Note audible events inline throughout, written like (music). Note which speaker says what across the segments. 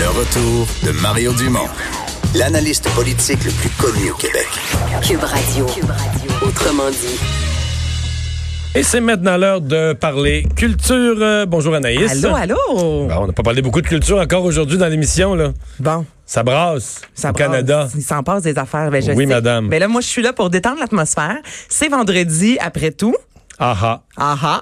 Speaker 1: Le retour de Mario Dumont, l'analyste politique le plus connu au Québec.
Speaker 2: Cube Radio. Autrement dit.
Speaker 3: Et c'est maintenant l'heure de parler culture. Euh, bonjour Anaïs.
Speaker 4: Allô, allô?
Speaker 3: Bon, on n'a pas parlé beaucoup de culture encore aujourd'hui dans l'émission. là.
Speaker 4: Bon,
Speaker 3: Ça brasse
Speaker 4: ça
Speaker 3: au
Speaker 4: brasse.
Speaker 3: Canada.
Speaker 4: Il s'en passe des affaires. Ben, je
Speaker 3: Oui,
Speaker 4: sais.
Speaker 3: madame.
Speaker 4: Ben là, moi, je suis là pour détendre l'atmosphère. C'est vendredi, après tout.
Speaker 3: Ah ah.
Speaker 4: Ah ah.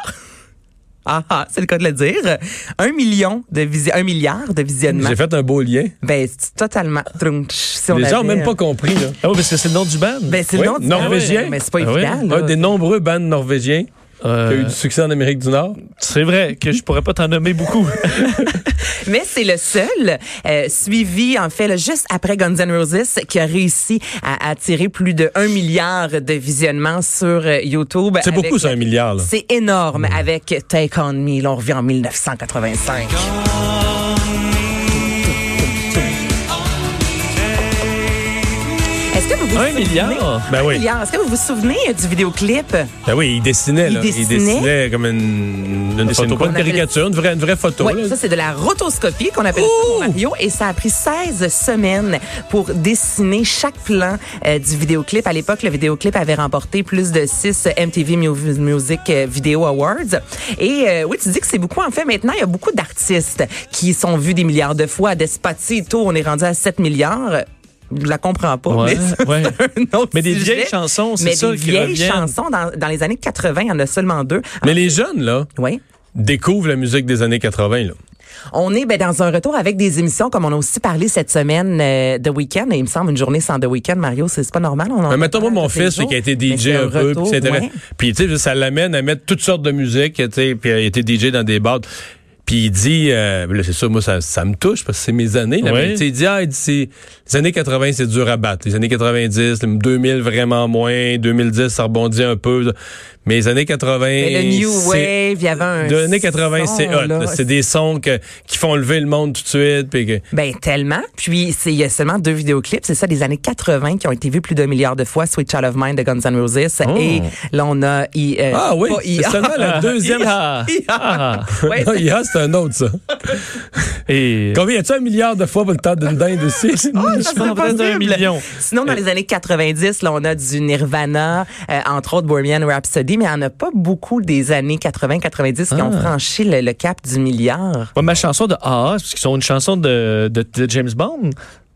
Speaker 4: Ah ah, c'est le cas de le dire. Un million de visi- un milliard de visionnements.
Speaker 3: J'ai fait un beau lien.
Speaker 4: Ben, c'est totalement. trunch, Si on
Speaker 3: Les gens
Speaker 4: avait-
Speaker 3: n'ont même pas compris. Là.
Speaker 5: Ah oui, parce que c'est le nom du band.
Speaker 4: Ben, c'est le
Speaker 3: Oui,
Speaker 4: nom du
Speaker 3: norvégien.
Speaker 4: Ah ouais, Mais c'est pas
Speaker 5: Ah oui.
Speaker 4: évident. là.
Speaker 3: Un des nombreux bands norvégiens qui a eu
Speaker 5: Euh,
Speaker 3: du succès en Amérique du Nord.
Speaker 5: c'est vrai que je pourrais pas t'en
Speaker 4: (laughs)
Speaker 5: nommer beaucoup.
Speaker 4: Mais c'est le seul euh, suivi, en fait, là, juste après Guns N' Roses, qui a réussi à à attirer plus de 1 milliard de visionnements sur euh, YouTube.
Speaker 3: C'est
Speaker 4: avec-
Speaker 3: beaucoup, c'est un milliard. là.
Speaker 4: C'est énorme avec Take On Me. Là, on revient en 1985. Est-ce que vous vous
Speaker 5: Un
Speaker 4: souvenez-
Speaker 5: milliard?
Speaker 3: Ben
Speaker 4: Ah. Un
Speaker 3: oui.
Speaker 4: milliard. Est-ce que vous vous souvenez euh, du vidéoclip?
Speaker 3: Ben oui, il dessinait.
Speaker 4: Il
Speaker 3: là.
Speaker 4: dessinait.
Speaker 3: comme une, une photo,
Speaker 5: photo.
Speaker 3: pas une
Speaker 4: On appelle-
Speaker 3: caricature, une vraie, une vraie photo.
Speaker 4: Ouais,
Speaker 3: là.
Speaker 4: ça, c'est de la rotoscopie qu'on appelle ça pour Mario. Et ça a pris 16 semaines pour dessiner chaque plan euh, du vidéoclip. À l'époque, le vidéoclip avait remporté plus de 6 MTV Mu- Music euh, Video Awards. Et euh, oui, tu dis que c'est beaucoup. En fait, maintenant, il y a beaucoup d'artistes qui sont vus des milliards de fois. Despacito, on est rendu à 7 milliards. Je la comprends pas,
Speaker 5: Ouais,
Speaker 4: mais c'est
Speaker 5: ouais.
Speaker 4: (laughs) un autre
Speaker 5: Mais des
Speaker 4: sujet.
Speaker 5: vieilles chansons, c'est
Speaker 4: Mais
Speaker 5: ça
Speaker 4: des
Speaker 5: qui
Speaker 4: vieilles
Speaker 5: reviennent.
Speaker 4: chansons, dans, dans les années 80, il y en a seulement deux.
Speaker 3: Mais les jeunes, là,
Speaker 4: Oui.
Speaker 3: découvrent la musique des années 80. Là.
Speaker 4: On est ben, dans un retour avec des émissions comme on a aussi parlé cette semaine euh, de week-end. Et il me semble une journée sans de week-end, Mario, c'est c'est pas normal. On en
Speaker 3: Mais mettons, moi, Euh, mon
Speaker 4: tous les
Speaker 3: fils,
Speaker 4: jours,
Speaker 3: qui a été
Speaker 4: mais
Speaker 3: DJ
Speaker 4: c'est
Speaker 3: un, peu, puis
Speaker 4: retour,
Speaker 3: s'intéresse-
Speaker 4: ouais.
Speaker 3: Puis, tu sais, ça l'amène à mettre toutes sortes de musique, tu sais, puis euh, il a été DJ dans des bars. Puis il dit, euh, là, c'est ça, moi, ça, ça me touche, parce que c'est mes années. Là,
Speaker 5: Ouais.
Speaker 3: mais, tu sais, il dit, ah, il dit, c'est- les années 80, c'est dur à battre. Les années 90, le 2000, vraiment moins. 2010, ça rebondit un peu. Mais les années 80,
Speaker 4: Mais le New
Speaker 3: c'est-
Speaker 4: Wave, il y avait un.
Speaker 3: Les années 80,
Speaker 4: son,
Speaker 3: c'est hot.
Speaker 4: là.
Speaker 3: là. C'est des sons que- qui font lever le monde tout de suite. Puis que,
Speaker 4: Ben tellement. Puis c'est- il y a seulement deux vidéoclips, c'est ça, des années 80 qui ont été vus plus d'un milliard de fois, Sweet Child of Mine de Guns N' Roses. Et là on a. I- euh,
Speaker 3: Oh. ah oui,
Speaker 4: pas I-
Speaker 3: c'est seulement la deuxième.
Speaker 5: Hi-ha. Ah.
Speaker 4: Ouais,
Speaker 3: (laughs) Non, IA, c'est un autre,
Speaker 4: (laughs)
Speaker 3: ça.
Speaker 5: Et
Speaker 3: Combien y a-tu un milliard de fois pour le temps d'une dinde aussi? (laughs)
Speaker 4: Ah, Ça,
Speaker 5: je m'en
Speaker 4: c'est
Speaker 5: vais d'un
Speaker 4: possible.
Speaker 5: million. Euh.
Speaker 4: Sinon, dans les années 90, là, on a du Nirvana, euh, entre autres Bohemian Rhapsody, mais il n'y en a pas beaucoup des années 80-90 qui ont
Speaker 5: Ah.
Speaker 4: franchi le, le cap du milliard.
Speaker 5: Moi, ma chanson de AA, parce qu'ils sont une chanson de, de, de James Bond,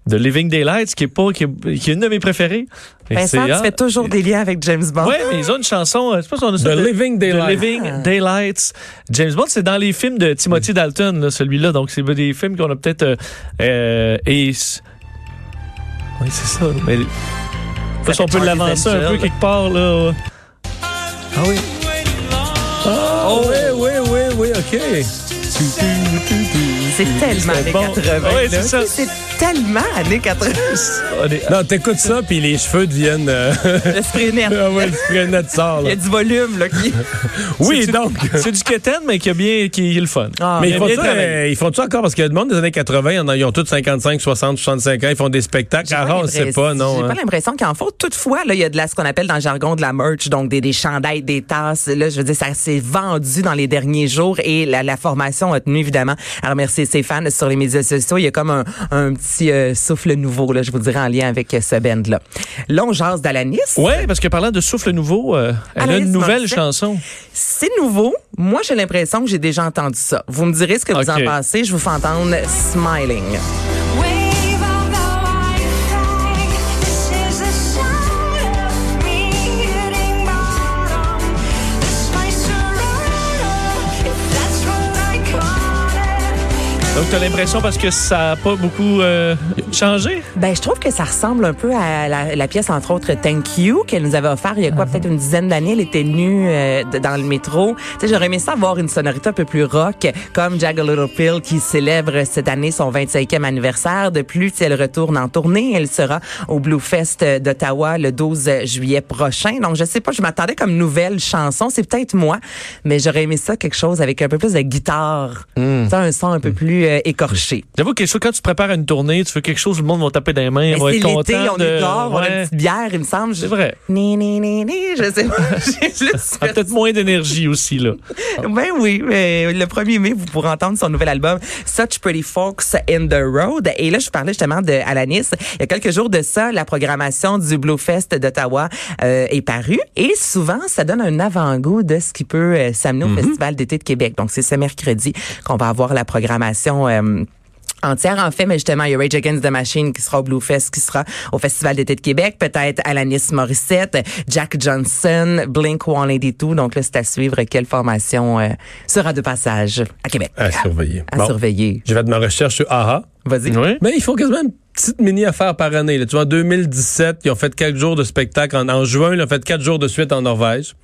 Speaker 5: de Living Daylights, qui est pas, qui est, qui est une de mes préférées. Et
Speaker 4: Vincent,
Speaker 5: c'est,
Speaker 4: tu
Speaker 5: ah,
Speaker 4: fais toujours des liens avec James Bond.
Speaker 5: Ouais, mais ils ont une chanson. euh, C'est pas son
Speaker 3: Hein? The Living Daylights. Ah.
Speaker 5: Living Daylights. James Bond, c'est dans les films de Timothy Dalton, là, celui-là. Donc, c'est des films qu'on a peut-être. euh, euh, et. c- Oui, c'est ça. Mais. Parce qu'on peut
Speaker 4: Charlie's
Speaker 5: l'avancer un
Speaker 4: Angel.
Speaker 5: peu quelque part, là. Ah oui.
Speaker 3: Oh, oui, oui, oui, oui, OK.
Speaker 4: C'est tellement années
Speaker 5: bon.
Speaker 4: 80.
Speaker 5: Ouais,
Speaker 4: là.
Speaker 5: c'est ça.
Speaker 4: C'est tellement années 80.
Speaker 5: (laughs) On est-
Speaker 3: Non, t'écoutes ça, puis les cheveux deviennent... euh, (laughs)
Speaker 4: Le spray net.
Speaker 3: ah ouais, le spray net sort,
Speaker 4: Il y
Speaker 3: là.
Speaker 4: a du volume, là, qui...
Speaker 3: Oui,
Speaker 5: c'est du-
Speaker 3: donc...
Speaker 5: C'est du keten, mais qui est bien, qui est le fun.
Speaker 4: Ah,
Speaker 3: Mais
Speaker 5: Il
Speaker 3: ils
Speaker 5: a
Speaker 3: font,
Speaker 5: bien
Speaker 3: ça,
Speaker 5: travaillé.
Speaker 3: euh, ils font ça encore parce que le monde des années 80, ils en ont- ils ont tous 55, 60, 65 ans, ils font des spectacles.
Speaker 4: J'ai
Speaker 3: Ah, on sait
Speaker 4: l'impression-
Speaker 3: pas, non.
Speaker 4: J'ai
Speaker 3: hein.
Speaker 4: pas l'impression qu'en font. Toutefois, là, il y a de la, ce qu'on appelle dans le jargon de la merch, donc des, des chandails, des tasses. Là, je veux dire, ça s'est vendu dans les derniers jours et la, la formation a tenu, évidemment, à remercier ses fans sur les médias sociaux. Il y a comme un, un petit euh, souffle nouveau, là, je vous dirais, en lien avec euh, ce band-là. Là, on jase d'Alanis.
Speaker 5: Ouais, parce que parlant de souffle nouveau, euh, elle a
Speaker 4: Alanis
Speaker 5: une nouvelle
Speaker 4: Morissette.
Speaker 5: chanson.
Speaker 4: C'est nouveau. Moi, j'ai l'impression que j'ai déjà entendu ça. Vous me direz ce que vous
Speaker 5: Ok.
Speaker 4: en pensez. Je vous fais entendre Smiling.
Speaker 6: Wave of the white flag. This is the sound of me hitting bottom. This my surrender, if that's what I call it.
Speaker 5: Donc, t'as l'impression parce que ça a pas beaucoup euh, changé?
Speaker 4: Ben, je trouve que ça ressemble un peu à la, la pièce, entre autres, Thank You, qu'elle nous avait offert il y a quoi, peut-être une dizaine d'années. Elle était nue euh, d- dans le métro. Tu sais, j'aurais aimé ça avoir une sonorité un peu plus rock, comme Jack a Little Pill, qui célèbre cette année son 25e anniversaire. De plus, tu sais, elle retourne en tournée. Elle sera au Blue Fest euh, d'Ottawa le 12 juillet prochain. Donc, je sais pas, je m'attendais comme nouvelle chanson. C'est peut-être moi, mais j'aurais aimé ça quelque chose avec un peu plus de guitare. Tu sais, un son un peu plus euh, écorché.
Speaker 5: J'avoue, quelque chose, quand tu prépares une tournée, tu veux quelque chose, le monde va taper dans les mains,
Speaker 4: Mais
Speaker 5: ils vont
Speaker 4: c'est
Speaker 5: être
Speaker 4: l'été,
Speaker 5: contents
Speaker 4: on
Speaker 5: de-
Speaker 4: est dehors, on a
Speaker 5: Ouais.
Speaker 4: une petite bière, il me semble.
Speaker 5: C'est vrai.
Speaker 4: Ni, ni, ni, ni, je sais
Speaker 5: (laughs)
Speaker 4: pas. J'ai juste
Speaker 5: Ah,
Speaker 4: fait-
Speaker 5: peut-être moins d'énergie aussi, là.
Speaker 4: Ben oui, mais le 1er mai, vous pourrez entendre son nouvel album Such Pretty Folks in the Road. Et là, je parlais justement de Alanis. Il y a quelques jours de ça, la programmation du Blue Fest d'Ottawa euh, est parue. Et souvent, ça donne un avant-goût de ce qui peut euh, s'amener au
Speaker 5: Mm-hmm.
Speaker 4: Festival d'été de Québec. Donc, c'est ce mercredi qu'on va avoir la programmation. euh, entière. En fait, mais justement, il y a Rage Against the Machine qui sera au Bluefest, qui sera au Festival d'été de Québec, peut-être Alanis Morissette, Jack Johnson, Blink 182. Donc là, c'est à suivre quelle formation euh, sera de passage à Québec.
Speaker 3: À surveiller.
Speaker 4: À
Speaker 3: Bon.
Speaker 4: surveiller.
Speaker 3: J'ai fait de ma recherche sur AHA.
Speaker 4: (laughs) Vas-y.
Speaker 5: Oui.
Speaker 3: Ben, ils font quasiment une petite mini-affaire par année. Là. Tu vois, en 2017, ils ont fait quatre jours de spectacle. En, en juin, ils ont fait quatre jours de suite en Norvège.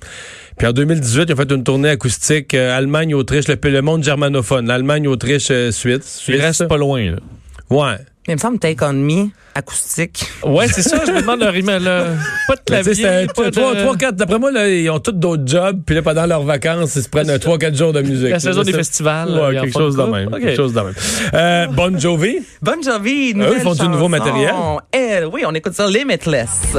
Speaker 3: Puis en 2018, ils ont fait une tournée acoustique euh, Allemagne, Autriche, le, le monde germanophone. L'Allemagne, Autriche, euh, Suisse.
Speaker 5: Il
Speaker 3: Suisse.
Speaker 5: reste pas loin, là.
Speaker 3: Ouais.
Speaker 4: Il me semble Take On Me, acoustique.
Speaker 5: Ouais, c'est ça, je me demande
Speaker 3: (laughs)
Speaker 5: leur email. là. Pas de
Speaker 3: Mais tu sais,
Speaker 5: clavier,
Speaker 3: c'est un-
Speaker 5: pas de...
Speaker 3: trois, trois, quatre. D'après moi, là, ils ont tous d'autres jobs. Puis là, pendant leurs vacances, ils se prennent un 3-4 jours de musique.
Speaker 5: La saison des
Speaker 3: C'est-
Speaker 5: festivals,
Speaker 3: Ouais,
Speaker 5: ils en
Speaker 3: quelque
Speaker 5: font une
Speaker 3: chose de
Speaker 5: couple.
Speaker 3: même.
Speaker 5: Ok.
Speaker 3: Quelque chose de même. Euh, bon Jovi.
Speaker 4: Bonne Jovi,
Speaker 3: Ah,
Speaker 4: nouvelle
Speaker 3: eux, ils font du
Speaker 4: chanson.
Speaker 3: nouveau matériel.
Speaker 4: Elle, oui, on écoute ça, Limitless.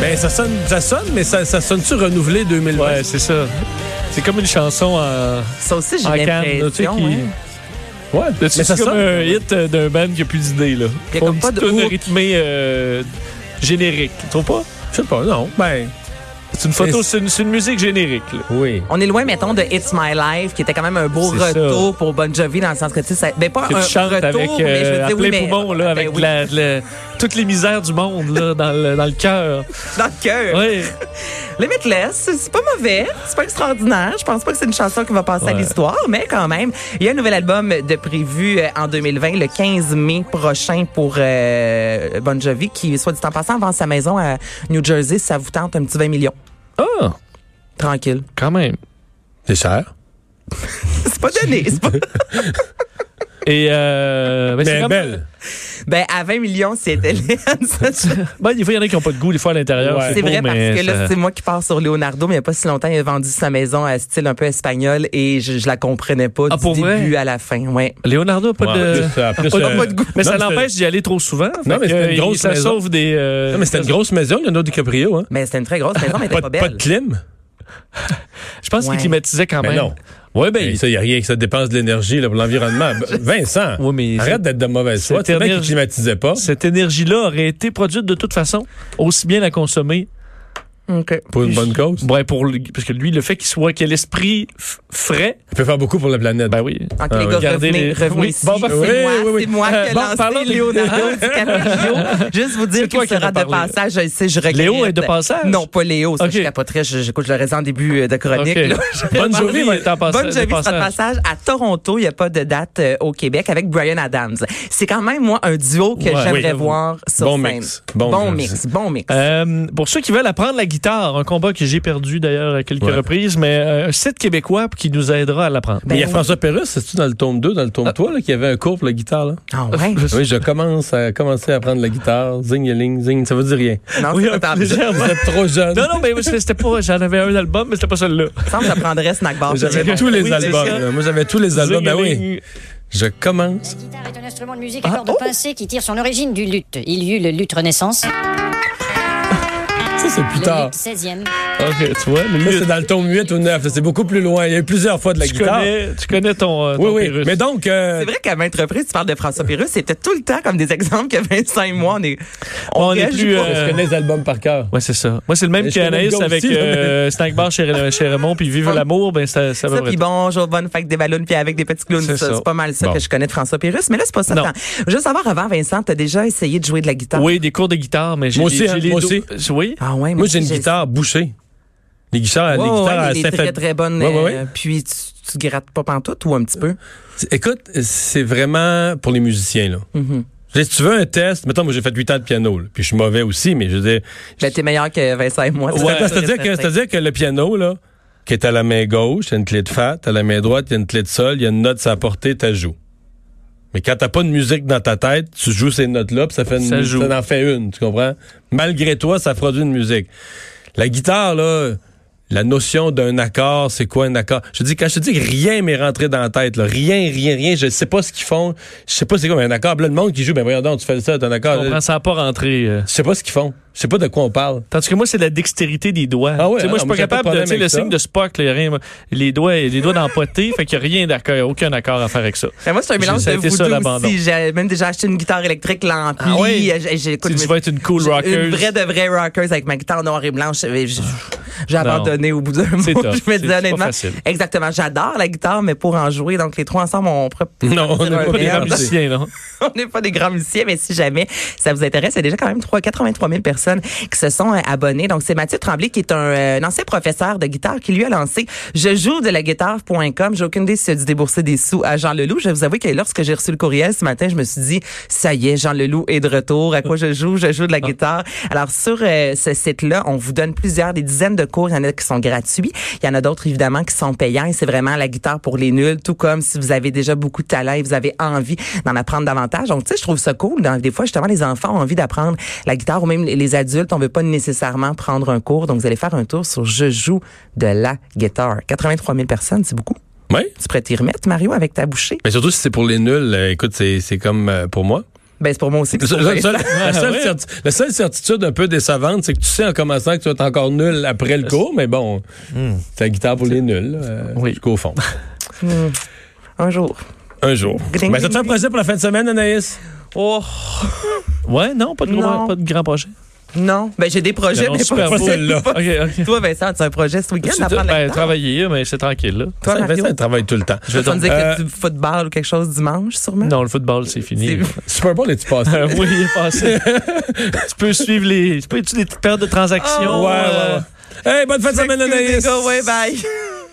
Speaker 3: Ben, ça sonne, ça sonne, mais ça, ça sonne-tu renouvelé 2020?
Speaker 5: Ouais, c'est ça. C'est comme une chanson en,
Speaker 4: Ça aussi, j'ai
Speaker 5: en
Speaker 3: Ah,
Speaker 5: canne, là, tu sais, qui...
Speaker 4: l'impression. hein.
Speaker 5: Ouais, mais
Speaker 3: ça
Speaker 5: ça comme
Speaker 3: sonne.
Speaker 5: un hit euh, d'un band qui a plus d'idées, là.
Speaker 4: Il y a
Speaker 5: Font
Speaker 4: comme
Speaker 5: une
Speaker 4: pas
Speaker 5: petite
Speaker 4: de
Speaker 5: tune
Speaker 4: hook.
Speaker 5: rythmée euh, générique. Tu trouves pas?
Speaker 3: Je sais pas, non. Ben,
Speaker 5: C'est une photo, c'est une, c'est une musique générique, là.
Speaker 3: oui.
Speaker 4: On est loin, mettons, de It's My Life, qui était quand même un beau
Speaker 5: C'est
Speaker 4: retour pour Bon Jovi, dans le sens que, tu sais, ça- ben, pas
Speaker 5: Que
Speaker 4: un
Speaker 5: tu chantes
Speaker 4: retour,
Speaker 5: avec
Speaker 4: mais je
Speaker 5: euh,
Speaker 4: veux
Speaker 5: à
Speaker 4: dire,
Speaker 5: plein
Speaker 4: oui, mais,
Speaker 5: poumon, là,
Speaker 4: ben
Speaker 5: avec
Speaker 4: oui,
Speaker 5: la- la- toutes les misères du monde là, dans le, dans le
Speaker 4: (laughs)
Speaker 5: cœur.
Speaker 4: dans le cœur.
Speaker 5: Ouais.
Speaker 4: Limitless, c'est- c'est pas mauvais, c'est pas extraordinaire. Je pense pas que c'est une chanson qui va passer à l'histoire, mais quand même, il y a un nouvel album de prévu euh, en 2020, le 15 mai prochain pour euh, Bon Jovi, qui, soit dit en passant, vend sa maison à New Jersey. Ça vous tente un petit 20 millions.
Speaker 5: Ah,
Speaker 4: Tranquille. (laughs)
Speaker 5: quand même.
Speaker 3: C'est cher.
Speaker 4: C'est pas donné. c'est
Speaker 5: (laughs)
Speaker 4: pas-
Speaker 5: Et euh, ben, c'est
Speaker 3: Mais
Speaker 5: comme-
Speaker 3: belle.
Speaker 4: Ben, à 20 millions, c'était (laughs) laide.
Speaker 5: Ben, des fois, il y en a qui n'ont pas de goût, des fois à l'intérieur.
Speaker 4: C'est
Speaker 5: beau,
Speaker 4: vrai parce
Speaker 5: mais
Speaker 4: que là,
Speaker 5: ça-
Speaker 4: c'est moi qui pars sur Leonardo, mais il n'y a pas si longtemps, il a vendu sa maison à style un peu espagnol et je, je la comprenais pas
Speaker 5: Ah,
Speaker 4: du
Speaker 5: pour vrai?
Speaker 4: début à la fin. Ouais.
Speaker 5: Leonardo a pas
Speaker 3: Ouais,
Speaker 5: de.
Speaker 3: plus, euh, plus,
Speaker 5: pas de-
Speaker 3: euh,
Speaker 5: pas de goût. Mais
Speaker 3: non,
Speaker 5: ça
Speaker 3: mais
Speaker 5: l'empêche d'y aller trop souvent.
Speaker 3: Non, mais
Speaker 5: Fait que,
Speaker 3: c'était une
Speaker 5: euh,
Speaker 3: grosse
Speaker 5: Ça
Speaker 3: maison.
Speaker 5: sauve des. euh,
Speaker 3: Non, mais c'était une grosse maison, Leonardo DiCaprio, hein?
Speaker 4: Mais c'était une très grosse maison, mais elle
Speaker 3: Pas,
Speaker 4: était
Speaker 3: de-
Speaker 4: pas
Speaker 3: pas
Speaker 4: belle.
Speaker 3: de clim?
Speaker 5: Je pense
Speaker 4: Ouais.
Speaker 5: qu'il climatisait quand
Speaker 3: Mais
Speaker 5: même.
Speaker 3: non.
Speaker 5: Ouais, ben,
Speaker 3: Ben, ça, il n'y a rien que ça dépense de l'énergie là, pour
Speaker 5: (laughs)
Speaker 3: l'environnement. Ben, Vincent,
Speaker 5: Ouais, mais c'est-
Speaker 3: arrête d'être de mauvaise foi.
Speaker 5: cette
Speaker 3: C'est vrai qu'il
Speaker 5: énergie-
Speaker 3: climatisait pas.
Speaker 5: cette énergie-là aurait été produite de toute façon, aussi bien la consommer.
Speaker 4: OK.
Speaker 3: Pour une bonne cause.
Speaker 5: Ouais, pour lui- parce que lui, le fait qu'il soit qu'il ait l'esprit f- frais,
Speaker 3: Il peut faire beaucoup pour la planète.
Speaker 5: ben oui.
Speaker 4: Ok,
Speaker 3: Ah
Speaker 4: les
Speaker 3: oui.
Speaker 4: gars,
Speaker 5: Gardez
Speaker 4: revenez,
Speaker 5: les-
Speaker 4: revenez
Speaker 5: Oui.
Speaker 4: ici.
Speaker 5: Bon, bah, ben, Ah. parfait.
Speaker 4: c'est
Speaker 3: Oui,
Speaker 4: moi,
Speaker 3: oui, oui.
Speaker 4: c'est moi
Speaker 5: Euh,
Speaker 4: qui ai
Speaker 5: bon, parlons
Speaker 4: lancé
Speaker 5: de-
Speaker 4: Leonardo DiCaprio.
Speaker 5: (laughs)
Speaker 4: Juste vous dire
Speaker 5: C'est toi
Speaker 4: qu'il
Speaker 5: qui en as
Speaker 4: sera de
Speaker 5: parlé.
Speaker 4: passage, je le sais, je regrette.
Speaker 5: Léo est de passage?
Speaker 4: Non, pas Léo, ça
Speaker 5: Ok.
Speaker 4: je capoterais, je- j'écoute, je le raison en début euh, de chronique.
Speaker 5: Ok.
Speaker 4: là.
Speaker 5: (laughs) Bonne journée,
Speaker 4: Bonne
Speaker 5: il est en passa- de
Speaker 4: Bonne journée, c'est de
Speaker 5: passage.
Speaker 4: passage à Toronto, il n'y a pas de date euh, au Québec, avec Brian Adams. C'est quand même, moi, un duo que
Speaker 5: Ouais, oui,
Speaker 4: j'aimerais
Speaker 5: j'avoue.
Speaker 4: voir sur
Speaker 3: Bon
Speaker 4: scène.
Speaker 3: mix, bon mix.
Speaker 4: mix, bon mix.
Speaker 5: Euh, pour ceux qui veulent apprendre la guitare, un combat que j'ai perdu d'ailleurs à quelques
Speaker 3: Ouais.
Speaker 5: reprises, mais euh, un site québécois qui nous aidera à l'apprendre.
Speaker 3: Mais il y a
Speaker 4: Ben oui.
Speaker 3: François Pérusse, c'est-tu dans le tome 2, dans le
Speaker 5: Ah.
Speaker 3: tome 3, là, qu'il y avait un cours pour la guitare? Là?
Speaker 4: Ah
Speaker 5: (laughs)
Speaker 4: ouais?
Speaker 3: Oui, je commence à commencer à apprendre la guitare. Zing, ling, zing. Ça veut dire rien.
Speaker 4: Non,
Speaker 5: Oui,
Speaker 4: c'est pas
Speaker 5: un
Speaker 4: tard.
Speaker 5: plaisir.
Speaker 4: Je
Speaker 3: Vous êtes trop jeune.
Speaker 5: Non, non, mais c'était pas. J'en avais un album, mais c'était pas celui-là.
Speaker 4: pense que je prendrais Snack Bar.
Speaker 3: J'avais tous
Speaker 5: Oui,
Speaker 3: les
Speaker 5: c'est
Speaker 3: albums.
Speaker 5: ça.
Speaker 3: là. Moi, j'avais tous les albums. Ben oui.
Speaker 5: Zing-a-ling.
Speaker 3: Je commence.
Speaker 7: guitare est un instrument de musique à cordes pincées qui tire son origine du luth. Il y eut le luth Renaissance,
Speaker 3: Ça, c'est plus
Speaker 7: le
Speaker 3: tard.
Speaker 7: luth 16e,
Speaker 5: Ah, Ok, tu vois, le
Speaker 3: Ça,
Speaker 5: mieux.
Speaker 3: c'est dans le tome 8 ou 9. là, C'est beaucoup plus loin. Il y a eu plusieurs fois de la
Speaker 5: Tu
Speaker 3: guitare.
Speaker 5: connais, tu connais ton. euh,
Speaker 3: Oui,
Speaker 5: ton
Speaker 3: oui.
Speaker 5: Pyrrhus.
Speaker 3: Mais donc, euh,
Speaker 4: C'est vrai qu'à maintes reprises, tu parles de François Pérus, c'était tout le temps comme des exemples que 25 mois, on est,
Speaker 5: On est
Speaker 4: réagit
Speaker 5: plus,
Speaker 4: pas.
Speaker 5: euh,
Speaker 3: je connais les albums par cœur.
Speaker 5: Ouais, c'est ça. Moi, c'est le même
Speaker 3: Mais je connais le
Speaker 5: qu'Anaïs
Speaker 3: gars
Speaker 5: avec
Speaker 3: aussi, là, mais-
Speaker 5: euh, Snack Bar chez, Ré- chez Raymond, puis Vive l'amour, ben ça, ça va
Speaker 4: ça, puis bonjour, bonne fête des ballons, puis avec des petits clowns,
Speaker 5: C'est
Speaker 4: ça.
Speaker 5: ça.
Speaker 4: C'est pas mal ça
Speaker 5: Bon.
Speaker 4: que je connais de François Pérus, mais là, c'est pas ça.
Speaker 5: Non.
Speaker 4: Attends. Je veux savoir avant, Vincent, t'as déjà essayé de jouer de la guitare?
Speaker 5: Oui, des cours de guitare, mais j'ai
Speaker 3: Moi
Speaker 5: les-
Speaker 3: aussi,
Speaker 5: j'ai
Speaker 3: hein,
Speaker 5: les
Speaker 3: moi
Speaker 5: dos-
Speaker 3: aussi.
Speaker 5: Oui.
Speaker 4: Ah ouais,
Speaker 3: Moi, j'ai une
Speaker 4: aussi,
Speaker 3: guitare bouchée. Les guitares,
Speaker 4: Ouais,
Speaker 3: les
Speaker 4: ouais,
Speaker 3: guitares
Speaker 4: ouais,
Speaker 3: à
Speaker 4: des
Speaker 3: Saint-
Speaker 4: très, très bonnes,
Speaker 3: Ouais, ouais, ouais.
Speaker 4: euh, puis tu, tu grattes pas pantoute ou un petit peu?
Speaker 3: Écoute, c'est vraiment pour les musiciens, là.
Speaker 5: Mhm.
Speaker 3: Je veux dire, Si tu veux un test, mettons, moi, j'ai fait 8 ans de piano, là, puis je suis mauvais aussi, mais je veux dire,
Speaker 4: Ben, t'es meilleur que Vincent et moi. ça,
Speaker 3: Ouais,
Speaker 4: c'est sûr et
Speaker 3: c'est-à-dire que,
Speaker 4: certain.
Speaker 3: c'est-à-dire que le piano, là, qui est à la main gauche, t'as une clé de fat, à la main droite, il y a une clé de sol, il y a une note à portée, t'as joues. Mais quand t'as pas de musique dans ta tête, tu joues ces notes-là, puis ça fait une,
Speaker 5: Ça joue.
Speaker 3: en fait une, tu comprends? Malgré toi, ça produit une musique. La guitare, là, la notion d'un accord, c'est quoi un accord? Je te dis, quand je te dis que rien m'est rentré dans la tête, là, rien, rien, rien, je sais pas ce qu'ils font, je sais pas c'est quoi un accord. Puis là, le monde qui joue, ben voyons donc, tu fais ça, t'as un accord.
Speaker 5: On
Speaker 3: Je
Speaker 5: prend ça à pas rentrer. euh.
Speaker 3: sais pas ce qu'ils font. Je sais pas de quoi on parle.
Speaker 5: Tandis que moi, c'est la dextérité des doigts.
Speaker 3: Ah ouais,
Speaker 5: Tu sais,
Speaker 3: ah non,
Speaker 5: moi, je suis
Speaker 3: moi,
Speaker 5: pas
Speaker 3: j'ai pas de
Speaker 5: capable de.
Speaker 3: problème
Speaker 5: Tu sais,
Speaker 3: avec
Speaker 5: le
Speaker 3: ça.
Speaker 5: signe de Spock, là, rien, les doigts, les doigts d'empoté, fait qu'il n'y a rien d'accord, aucun accord à faire avec ça.
Speaker 4: Ben, moi, c'est un mélange
Speaker 5: Ça a
Speaker 4: de
Speaker 5: été ça,
Speaker 4: voodoo
Speaker 5: l'abandon.
Speaker 4: aussi. J'ai même déjà acheté une guitare électrique, l'ampli.
Speaker 5: Ah oui?
Speaker 4: J'ai- j'ai- écoute,
Speaker 5: Tu
Speaker 4: je me-
Speaker 5: dis, tu vas être une cool
Speaker 4: j'ai-
Speaker 5: rocker.
Speaker 4: Une vraie de vraie rockers avec ma guitare noire et blanche. J'ai- J'ai j'ai abandonné au bout d'un mois.
Speaker 5: C'est tough.
Speaker 4: Je me
Speaker 5: C'est- c'est
Speaker 4: dis
Speaker 5: pas
Speaker 4: honnêtement.
Speaker 5: facile.
Speaker 4: Exactement. J'adore la guitare, mais pour en jouer, donc les trois ensemble, on pourrait-
Speaker 5: (laughs)
Speaker 3: Non, on
Speaker 4: C'est
Speaker 3: n'est pas
Speaker 4: un
Speaker 3: des
Speaker 4: merde.
Speaker 3: grands
Speaker 5: Comme
Speaker 3: musiciens.
Speaker 5: musicien, non?
Speaker 4: (laughs) on n'est pas des grands musiciens, mais si jamais ça vous intéresse, il y a déjà quand même 3, 83 000 personnes qui se sont euh, abonnées. Donc, c'est Mathieu Tremblay qui est un, euh, un ancien professeur de guitare qui lui a lancé Je joue de la guitare.com. J'ai aucune idée s'il a dû débourser des sous à Jean Leloup. Je vais vous avouer que lorsque j'ai reçu le courriel ce matin, je me suis dit Ça y est, Jean Leloup est de retour. À quoi je joue Je joue de la guitare. Alors, sur euh, ce site-là, on vous donne plusieurs, des dizaines de cours. Il y en a qui sont gratuits. Il y en a d'autres, évidemment, qui sont payants. Et c'est vraiment la guitare pour les nuls, tout comme si vous avez déjà beaucoup de talent et vous avez envie d'en apprendre davantage. Donc, tu sais, je trouve ça cool. Dans- des fois, justement, les enfants ont envie d'apprendre la guitare ou même les- les adultes. On veut pas nécessairement prendre un cours. Donc, vous allez faire un tour sur Je joue de la guitare. 83 000 personnes, c'est beaucoup.
Speaker 3: Oui.
Speaker 4: Tu pourrais t'y remettre, Mario, avec ta bouchée?
Speaker 3: Mais surtout si c'est pour les nuls, euh, écoute, c'est, c'est comme euh, pour moi.
Speaker 4: Ben, c'est pour moi aussi. que
Speaker 3: Le seul-
Speaker 4: c'est
Speaker 3: le seul- la, seule
Speaker 5: ouais.
Speaker 3: certi- la seule certitude un peu décevante, c'est que tu sais en commençant que tu vas être encore nul après le cours, mais bon,
Speaker 4: Hmm.
Speaker 3: c'est la guitare pour les nuls, là, euh,
Speaker 5: Oui.
Speaker 3: jusqu'au fond.
Speaker 4: Un jour.
Speaker 3: Un jour.
Speaker 4: Ding,
Speaker 3: Mais ça
Speaker 4: ding,
Speaker 3: te fait un projet pour la fin de semaine, Anaïs?
Speaker 5: Oh. Ouais, non, pas de, Gros,
Speaker 4: Non.
Speaker 5: pas de grand projet.
Speaker 4: Non. Ben, j'ai des projets,
Speaker 5: Non,
Speaker 4: mais
Speaker 5: super
Speaker 4: pas,
Speaker 5: beau,
Speaker 4: (laughs)
Speaker 3: là.
Speaker 4: pas-
Speaker 5: OK, OK.
Speaker 4: Toi, Vincent, tu as un projet ce week-end d'apprendre la
Speaker 5: Ben,
Speaker 4: guitare?
Speaker 5: travailler, mais c'est tranquille, là.
Speaker 4: Toi,
Speaker 3: Ça,
Speaker 4: Mario?
Speaker 3: Vincent, il travaille tout le temps.
Speaker 4: Tu vas me dire
Speaker 3: Euh,
Speaker 4: que du football ou quelque chose dimanche, sûrement?
Speaker 5: Non, le football, c'est fini.
Speaker 4: C'est-
Speaker 3: Super Bowl, est-tu
Speaker 4: (laughs)
Speaker 3: passé?
Speaker 5: Euh, oui, il est passé. tu peux suivre les. Tu peux étudier des petites périodes de transactions.
Speaker 3: ouais, ouais,
Speaker 5: euh,
Speaker 3: ouais. Hey, bonne fin de semaine, Anaïs!
Speaker 4: Go away, bye!